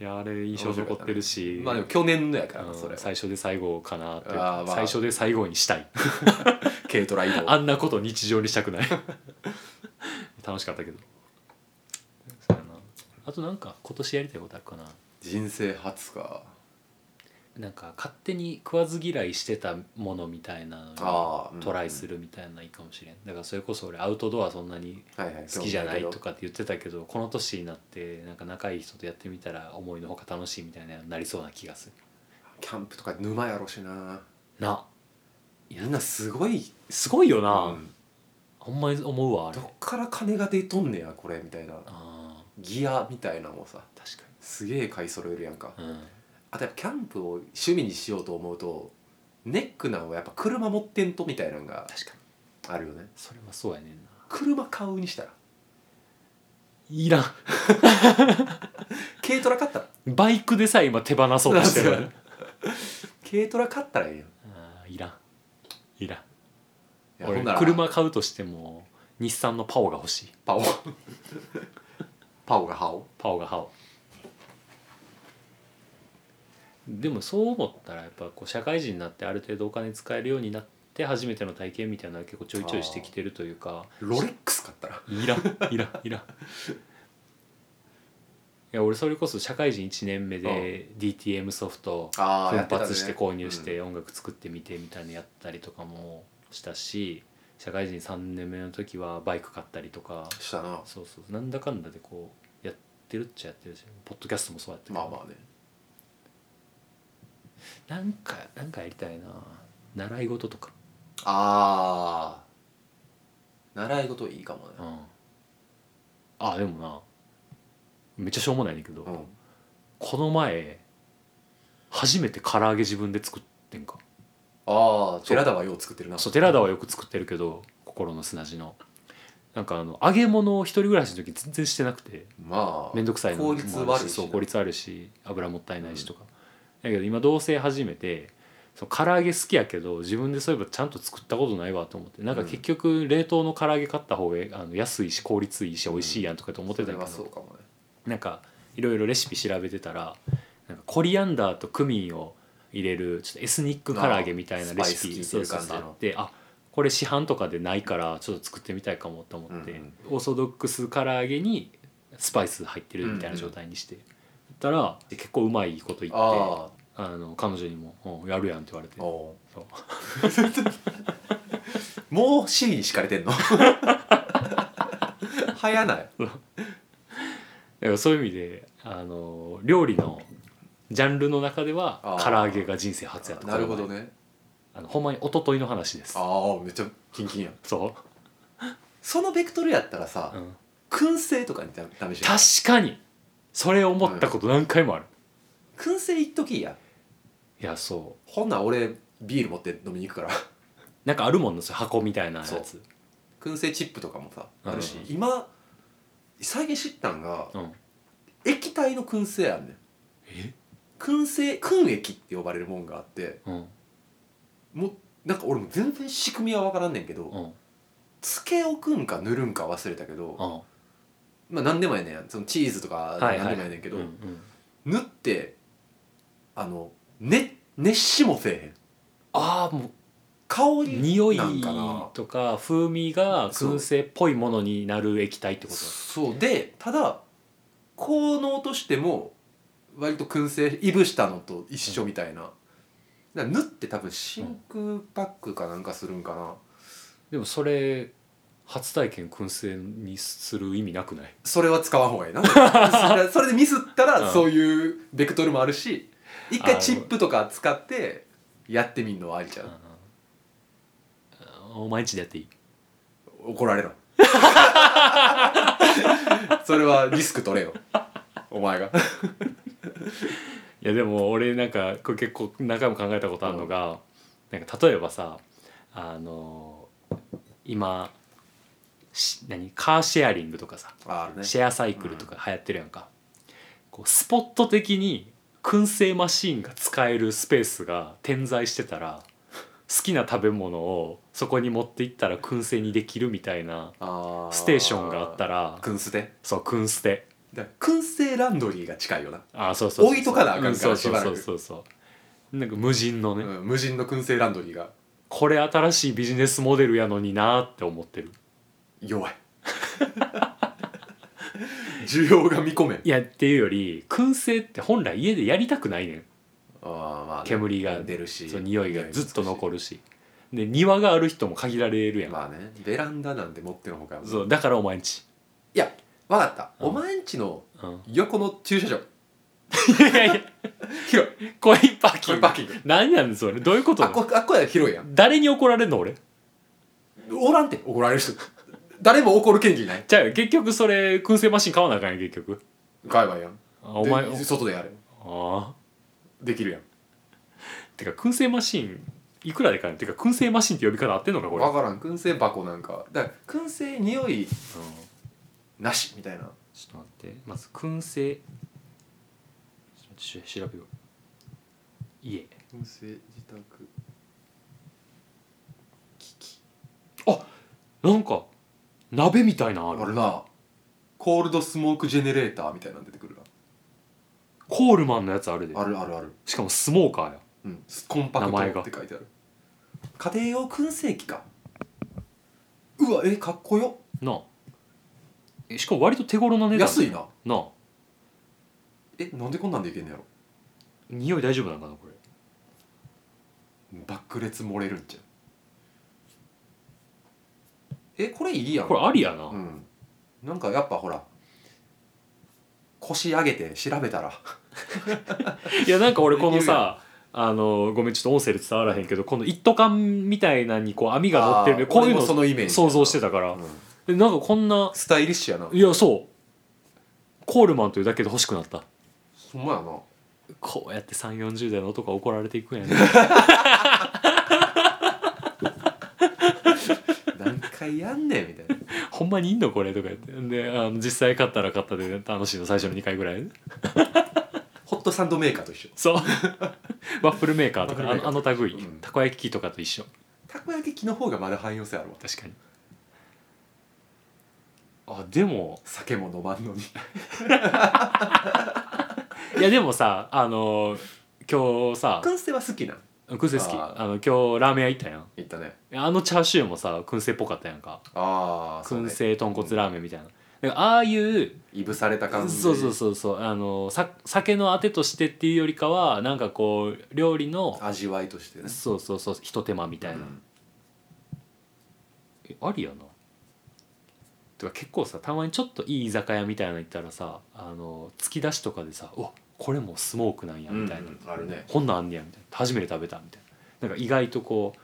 いやあれ印象残ってるし、
まあでも去年のやから
う
なんそれは
最初で最後かなっていう
あーまあ
最初で最後にしたい
軽トラ移動
あんなこと日常にしたく ない楽しかったけどそうやなあとなんか今年やりたいことあるかな
人生初か
なんか勝手に食わず嫌いしてたものみたいなの
ああ
にトライす
る
るみたいなのいいかもしれんだからそれこそ俺アウトドアそんなに好
好
きじゃないとかって言ってたけどこの年になってなんか仲いい人とやってみたら思いのほか楽しいみたいなのになりそうな気がする
キャンプとか沼やろしな
な
みんなすごい
すごいよな、
うん
ほんまに思うわあれ
どっから金が出とんねやこれみたいな
あ
ギアみたいなのもさ
ー確か
すげえ買い揃えるやんか
にうん
あとやっぱキャンプを趣味にしようと思うとネックなんはやっぱ車持ってんとみたいなのが
確かに
あるよね
それはそうやねんな
車買うにしたら
いらん
軽トラ買ったら
バイクでさえ今手放そうとして
なん
る
で 軽トラ買ったらええやんい
あーいらんいらん
やほ
俺
んなら
車買うとしても日産のパオが欲しい
パオ パオがハオ
パオがハオでもそう思ったらやっぱこう社会人になってある程度お金使えるようになって初めての体験みたいなのが結構ちょいちょいしてきてるというか
ロレックス買ったら
いらんいらんいらんいや俺それこそ社会人1年目で DTM ソフト
あ
奮発して購入し
うん
て音楽作ってみてみたいなのやったりとかもしたし社会人3年目の時はバイク買ったりとか
したな
そうそうなんだかんだでこうやってるっちゃやってるしポッドキャストもそうやってる
まあまあね
なんかなんかやりたいな習い事とか、
ああ習い事いいかもね
うん、あでもなめっちゃしょうもないねんだけど、
うん
この前初めて唐揚げ自分で作ってんか
ああ寺田はよう作ってるな
そう寺田はよく作ってるけど心の砂地のなんかあの揚げ物を一人暮らしの時全然してなくて
まあ
面倒くさいのも
効
あるし
率悪いし
そう効率あるし油もったいないしとか、だけど今同棲始めてその唐揚げ好きやけど自分でそういえばちゃんと作ったことないわと思ってなんか結局冷凍の唐揚げ買った方があの安いし効率いいし美味しいやんとかと思ってたけ
それ
ど、
はそうかもね
なんかいろいろレシピ調べてたらなんかコリアンダーとクミンを入れるちょっとエスニック唐揚げみたいなレシピ
あースパイス効いてる
そうそうそう
感じの
あってあこれ市販とかでないからちょっと作ってみたいかもと思って、
うんうん
オーソドックス唐揚げにスパイス入ってるみたいな状態にして、やったら結構うまいこと言ってあ
あ
の彼女にも「うんやるやん」って言われて
あおう
そう
もう C に敷かれてんの 早な
だ
い
からそういう意味であの料理のジャンルの中では
あー
唐揚げが人生初やと
なるほどね
あのほんまに一昨日の話です
ああめっちゃキンキンやん
そう
そのベクトルやったらさ、
うん
燻製とかに試して
確かにそれ思ったこと何回もある、
燻製一時や
いやそう
ほんなん俺ビール持って飲みに行くから
なんかあるもんなそれ箱みたいなやつ
燻製チップとかもさあるし、
うん
今最近知ったんが
うん
液体の燻製あんねん
え
燻製燻液って呼ばれるもんがあって
うん
もうなんか俺も全然仕組みは分からんねんけど、
うんうん
つけ置くんか塗るんか忘れたけど、まあ何でもやねんそのチーズとか
はい
何
はい
でもやねんけど、
うんうん
塗ってあのね熱しもせえへん
ああもう
香り
匂い
なんかな
とか風味が燻製っぽいものになる液体ってこと
そうでただ効能としても割と燻製いぶしたのと一緒みたいな、だから塗って多分真空パックかなんかするんかな、
でもそれ初体験燻製にする意味なくない
それは使わん 方がいいなそれはそれでミスった
う
ら
ん
そういうベクトルもあるし一
あ
回
ー
チップとか使ってやってみんのはありちゃう
うんお前んちでやっていい
怒 られろそれはリスク取れよお前が
いやでも俺なんかこれ結構何回も考えたことあるのが、なんか例えばさあの今し何カーシェアリングとかさ、
あるね
シェアサイクルとか流行ってるやんか、こうスポット的に燻製マシーンが使えるスペースが点在してた ら好きな食べ物をそこに持っていったら燻製にできるみたいな
あ
ステーションがあった
ら
ら
クンステ
そう燻製
だから燻製ランドリーが近いよな、
あそうそうそう
置いとかなあかんから
うんそうそ
し
う
ばら
そ
く
うそうそうなんか無人のね、
うん無人の燻製ランドリーが
これ新しいビジネスモデルやのになーって思ってる
弱い 需要が見込めん
いやっていうより燻製って本来家でやりたくないねん
ああまあね
煙が
出るし
そう匂いがずっと残
る
るしで庭がある人も限られるやん、
まあねベランダなんて持ってのほか分
そうだからお前んち、
かった、
うん
お前んちの
うん、
横の駐車場
いやいや
広い
コインパー
こ
キン
れ
グ
パーキング
何やねんそれどういうこと
あこあっこや広いやん
誰に怒られんの俺
おらんって怒られる人誰も怒る権利ない
じゃあ結局それ燻製マシン買わなあかんやん結局
外話やん
あお前
で外でやれ
あ
できるやん
あてか燻製マシンいくらで買えんてか燻製マシンって呼び方合ってんのかこれ、
分からん燻製箱なんかだから燻製匂い
うん
なしみたいな
ちょっと待ってまず燻製ちょっと待ってし調べよう家
燻製自宅
なんか鍋みたいなのあ
あ
る
るなコールドスモークジェネレーターみたいなの出てくるな
コールマンのやつあるで
あるあるある
しかもスモーカーや
うんコンパ
名前
ク
が
トって書いてある家庭用燻製機かうわえかっこよ
なあえしかも割と手頃な値段
安いな
なあ
えなんでこんなんでいけんのやろ
匂い大丈夫なのかなこれ
爆裂漏れるんちゃうえこれいいやん
これありやな、
うん、なんかやっぱほら腰上げて調べたら
いやなんか俺この
いけるや
さあのごめんちょっと音声で伝わらへんけどこの一斗缶みたいなにこう網が乗ってるね
あー
こういう
俺もそ
の
のイメージ
想像してたから
う、ん
でなんかこんな
スタイリッシュやない
やそうコールマンというだけで欲しくなった
ほんまやな
こうやって3 4 0代の男は怒られていくんやね
何回やんねんみたいな
ほんまにいんのこれとか言ってであの実際買ったら買ったで楽しいの最初の2回ぐらい
ホットサンドメーカーと一緒
そう ワッフルメーカーとか
ワ
あ
ッフルメーカー
のあの類、
うん
たこ焼き器とかと一緒
たこ焼き器の方がまだ汎用性あるわ
確かにあでも
酒も飲まんのに
いやでもさあの今日さ
燻製は好きなん
燻製好き
あー
あの今日ラーメン屋行ったやん
言ったね
あのチャーシューもさ燻製っぽかったやんか
ああ
燻製豚骨ラーメンみたいな、だからああいう
いぶされた感じ
そうそうそうそうあのさ酒のあてとしてっていうよりかはなんかこう料理の
味わいとしてね
そうそうそうひと手間みたいな、
うん
えありやなてか結構さたまにちょっといい居酒屋みたいなの行ったらさあの突き出しとかでさ「うわこれもうスモークなんや」みたいな、
うんうんあるね
こんなんあんねや」みたいな「初めて食べた」みたいななんか意外とこ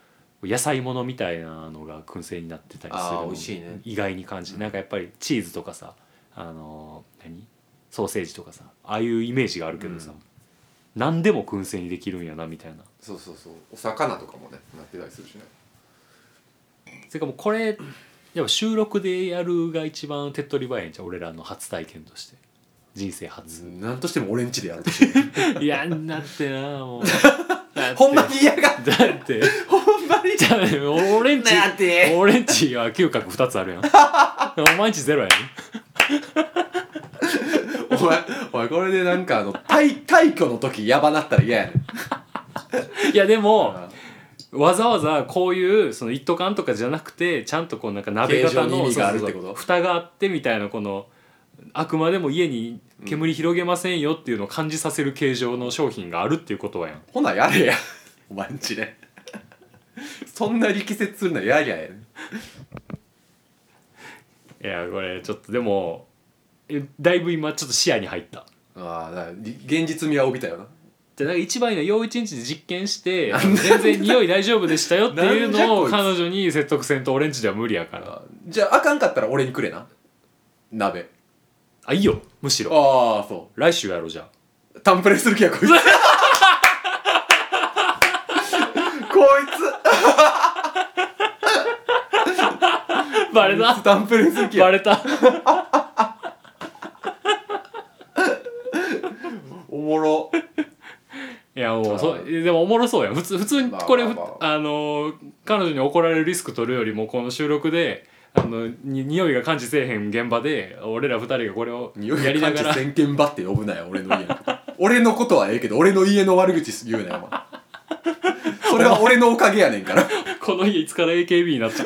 う野菜ものみたいなのが燻製になってたりする
あー
の
美味しいね
意外に感じるなんかやっぱりチーズとかさあの何ソーセージとかさああいうイメージがあるけどさ、
うん
何でも燻製にできるんやなみたいな
そうそうそうお魚とかもねなってたりするしね
それかもうこれやっぱ収録でやるが一番手っ取り早いんちゃう俺らの初体験として人生 初
なんとしても俺んちでやると
いやなってなも う
ほんまに嫌がっ
だって
ほんまに
じゃあ俺んち
なんて
俺んちは嗅覚2つあるや んお前んちゼロやね
お前、お前これでなんかあの、退、退去の時やばなったら嫌やねん。
いやでもわざわざこういうその一斗缶とかじゃなくてちゃんとこうなんか鍋型
形状に意
の
味がある
そうそうそう
ってこと
蓋があってみたいなこのあくまでも家に煙広げませんよっていうのを感じさせる形状の商品があるっていうことはやん
ほな、やれや。お前んちね。そんな力説するのはやりゃやねん。
いやこれちょっとでもえだいぶ今ちょっと視野に入った
ああ、だからり現実味は帯びたよな。
じゃあなんか一番いいのは陽一日で実験して全然匂い大丈夫でしたよっていう
なんじゃ
の
こ
を
いつ
彼女に説得せんと俺んちでは無理やから
あーじゃあ、あかんかったら俺にくれな。鍋。
あいいよむしろ
ああ、そ
来週やろうじゃあ
う。タンプレする気や、こいつ。こい
バレ
つ、
た
タンプレする気
バ
や。
レた
おもろ。
いやもうそ
あー
えでもおもろそうやん普通普通にこれ、
まあまあま
ふあのー彼女に怒られるリスク取るよりもこの収録であのに匂いが感知せえへん現場で俺ら二人がこれを
匂い
やりな
が
が
感
ら
じ先見ばって呼ぶなよ俺の家 の俺のことはええけど俺の家の悪口言うなよ お前それは俺のおかげやねんから
この家いつから AKB になった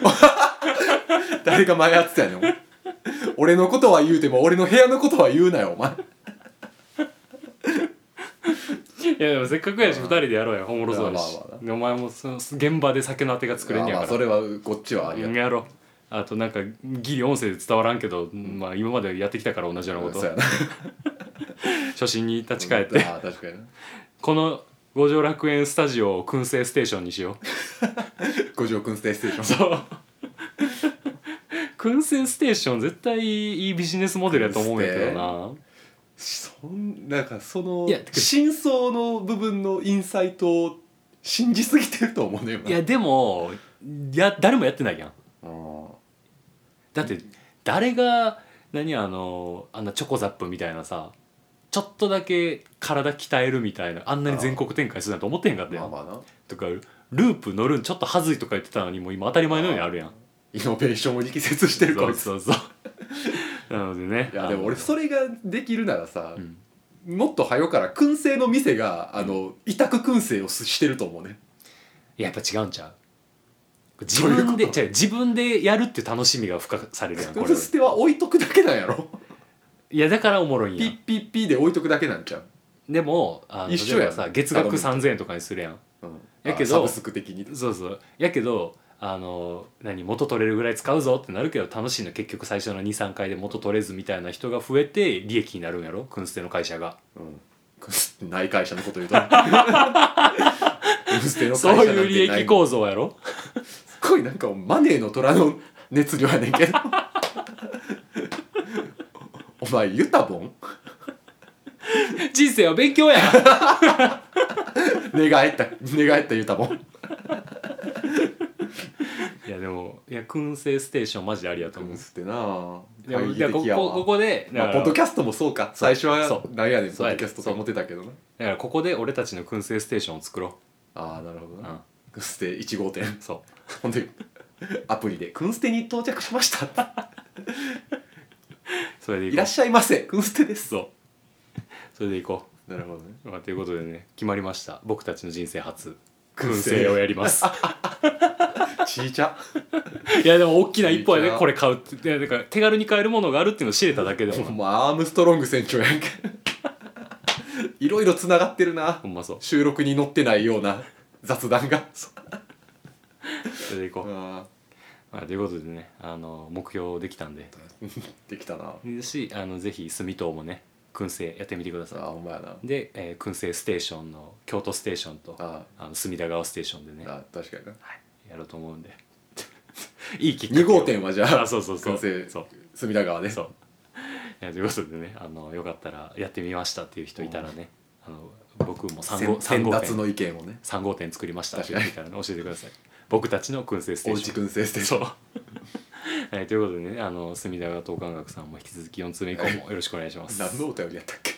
誰が前やってたやねんお前俺のことは言うても俺の部屋のことは言うなよお前
いやでもせっかくやし二人でやろうやおもろそうやし
まあまあ
お前もその現場で酒のあてが作れんねや
ま
か
あそ
ら
れはこっちはあり
う
がと
ん
う
やろうあとなんかギリ音声で伝わらんけどまあ今までやってきたから同じようなこ
そ
と
うやな
初心に立ち返って
ああ確かにな
この五条楽園スタジオを燻製ステーションにしよ
五条くんステイステーション
うそう燻製ステーション絶対いいビジネスモデルやと思うんやけどな
そんなんかその
いやてか
真相の部分のインサイトを信じすぎてると思うね今
いやでもや誰もやってないやん
うん
だって誰が何あのあんなチョコザップみたいなさちょっとだけ体鍛えるみたいなあんなに全国展開するなんて思ってへんかった
ま
よ
あまあな
とかループ乗るんちょっとはずいとか言ってたのにもう今当たり前のようにあるやん
イノベーションを力説してるこいつ
そうそうそうなのでね
いやでも俺
あの
それができるならさ
う、ん
もっと早から燻製の店があの委託燻製をしてると思うね
いややっぱ違うんちゃう自
どういうこと
分で違う自分でやるって楽しみが付加されるやん これ
燻製は置いとくだけなんやろ
いやだからおもろいん
ピ
や
ッピッピッで置いとくだけなんちゃう、
でもあの
一緒や
例え
ん
ばさ月額3,000円とかにするやん
うん
やけど
サブスク的に
そうそうやけどあの何元取れるぐらい使うぞってなるけど楽しいの結局最初の23回で元取れずみたいな人が増えて利益になるんやろ燻製の会社が
うん、ない会社のこと言うと燻製の会社
そう
なんてない
いう利益構造やろ
すっごいなんかマネーの虎の熱量やね んけどお前ユタボン
人生は勉強 や
寝返った寝返ったユタボン
いやでもいや燻製ステーションマジでありやと思う
燻製なあ
でも
懐
いや
疑
こ
的や
こ
わ
ここでだか
まあ、
ら
ポッドキャストもそうか最初
そ
は
う
なんやねんポ
そう
ッ
やね
ドキャストと思ってたけどな
だからここで俺たちの燻製ステーションを作ろ
ああなるほど
う、
な、
うん、
クンステ1号店
そ
ほんでアプリで「クンステに到着しました」
うそれでい
「
こう
いらっしゃいませクンステです
そうそれでいこ」
なるほどね
う、まあ、ということでね決まりました僕たちの人生初
燻
燻
製
製をやります
ちいちゃ
いやでも大きな一歩や
いい
ね
な
これ買うっていやだから手軽に買えるものがあるっていうのを知れただけで
ほん
も
まアームストロング船長やんけいろいろつながってるな
ほんまそう
収録に載ってないような雑談が
それでいこう、
あ
まあ、ということでねあの目標できたんで
ーできたな
ですしあのぜひ住友もね燻製やってみてくだ
あー
さ
ほんまやない
で、えー燻製ステーションの京都ステーションと
あ
あの隅田川ステーションでね
ーあー確かにな
はい、やろうと思うんで いいきっかけ
2
を
号店はじゃあ
あそうそうそう
燻製
そう
隅田川で
そういやということでねあのよかったらやってみましたっていう人いたらね、あの僕も3号
先
三
先
号
達
店
の意見をね
三号店作りましたっていう人いたらね教えてください僕たちの燻製ステ
お
ー
う
シ
ち
ョン
燻製ステーシ
そ
ョ
うはい、ということでねあの隅田川東館学さんも引き続き4通目以降もよろしくお願いしま
ン
す
何のお便りやったっけ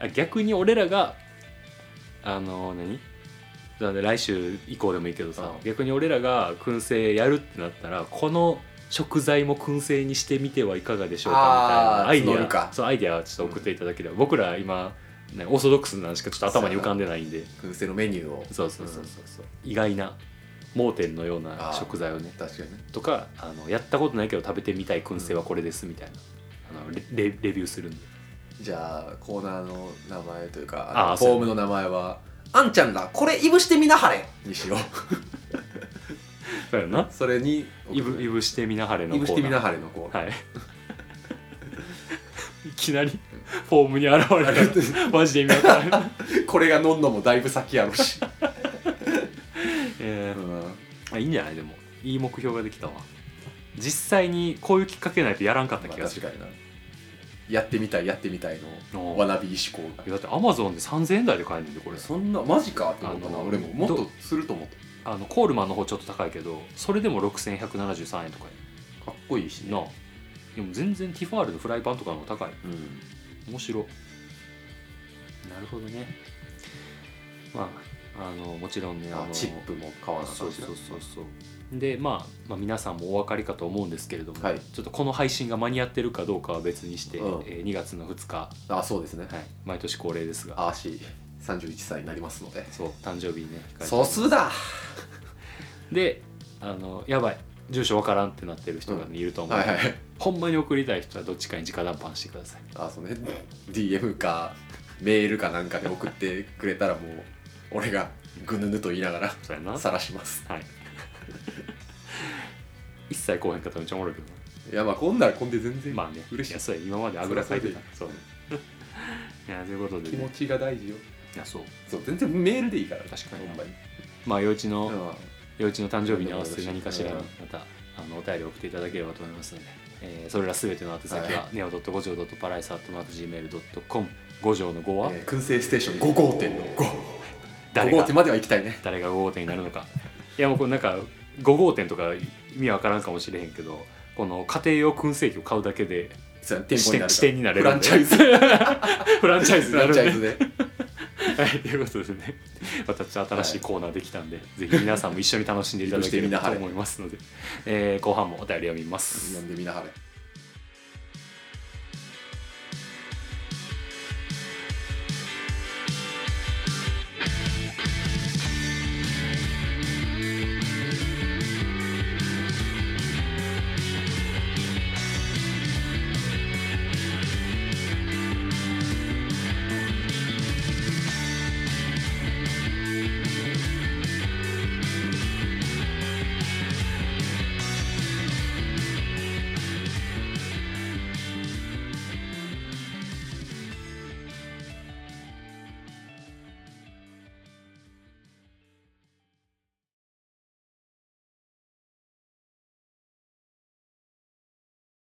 あ逆に俺らがあの何なんで来週以降でもいいけどさ
うん
逆に俺らが燻製やるってなったらこの食材も燻製にしてみてはいかがでしょうか
あー
みたいなアイ
募る
デア
か
そうアイデアはちょっと送っていただければ、僕ら今、ね、オーソドックスなのしかちょっと頭に浮かんでないんで
燻製のメニューを
そうそうそうそうそう意外な盲点のような
あー
食材をね
確かにね
とかあのやったことないけど食べてみたい燻製はこれですみたいな、あのレレレビューするんで
じゃあコーナーの名前というか
あ
あの
あ
フォームの名前は「あんちゃんらこれいぶしてみなはれ」にしよう
そうやな
それに
いぶいぶしてみなはれの
いぶし
コ
て
ー
み
ナー
なはれのコーナー、
はい。 いきなりフォームに現れ たマジで意味わからない、
これが飲んのもだいぶ先やろし、
え
う
ー
ん
あいいんじゃないでもいい目標ができたわ実際にこういうきっかけないとやらんかった
まあ
気がす
確
る、
かになやってみたいやってみたい
お
の
う
わなび思考が
いやだってアマゾンで3000円台で買えるんでこれ
そんなマジかって思った
あ
な
の
俺ももっ
ど
とすると思っ
あのコールマンの方ちょっと高いけどそれでも6173円とか
こいいしね
なあでも全然ティファールのフライパンとかの方が高い
うん
面白なるほどねまああのもちろんねあ
あ
の
チップも買わなあかったし
そ
な
うそうそうそうで、まあ、まあ皆さんもお分かりかと思うんですけれども、
はい
ちょっとこの配信が間に合ってるかどうかは別にして、
うん
えー2月の2日、は
あそうですね
い、毎年恒例ですが
あーし31歳になりますので
そう誕生日にね控えて
素数だ
であのやばい住所わからんってなってる人がね、
う
いると思う、
はいはい
ほんまに送りたい人はどっちかに直談判してください
あそうね DM かメールかなんかで送ってくれたらもう俺がぐぬぬと言いなが
そうやな
ら
はい
晒します
一切来へんかったらめっちゃおもろいけどない
やまあこんならこんで全然
まあね
嬉しい
やそうや今まであぐらかいてたそういやということで、
気持
ね、
ちが大事よ
いやそう
そう全然メールでいいから
確かに
ほんまに
まあ陽一の、
うん
陽一の誕生日に合わせて何かしら
うん
またあのお便りを送っていただければと思いますので、えーそれらすべての宛先は、
は
ネオ .5 条 .parais.gmail.com 五条の5は、
えー燻製ステーション5号店の5
誰
号
が
店までは行きたいね
誰が5号店になるのかいやもうこれなんか5号店とか意味わからんかもしれへんけどこの家庭用燻製機を買うだけで
そう店
支
舗になるか
店
ら
支店になれる
フラ
ん
ン
で
チャイズ
フランチャイズになる
フラン
ん
チ
で
ャイズで
はい、ということでね、またちょっと新しいコーナーできたんで、ぜひ皆さんも一緒に楽しんでいただければと思いますので、えー後半もお便り読みます。
なんでみんな晴れ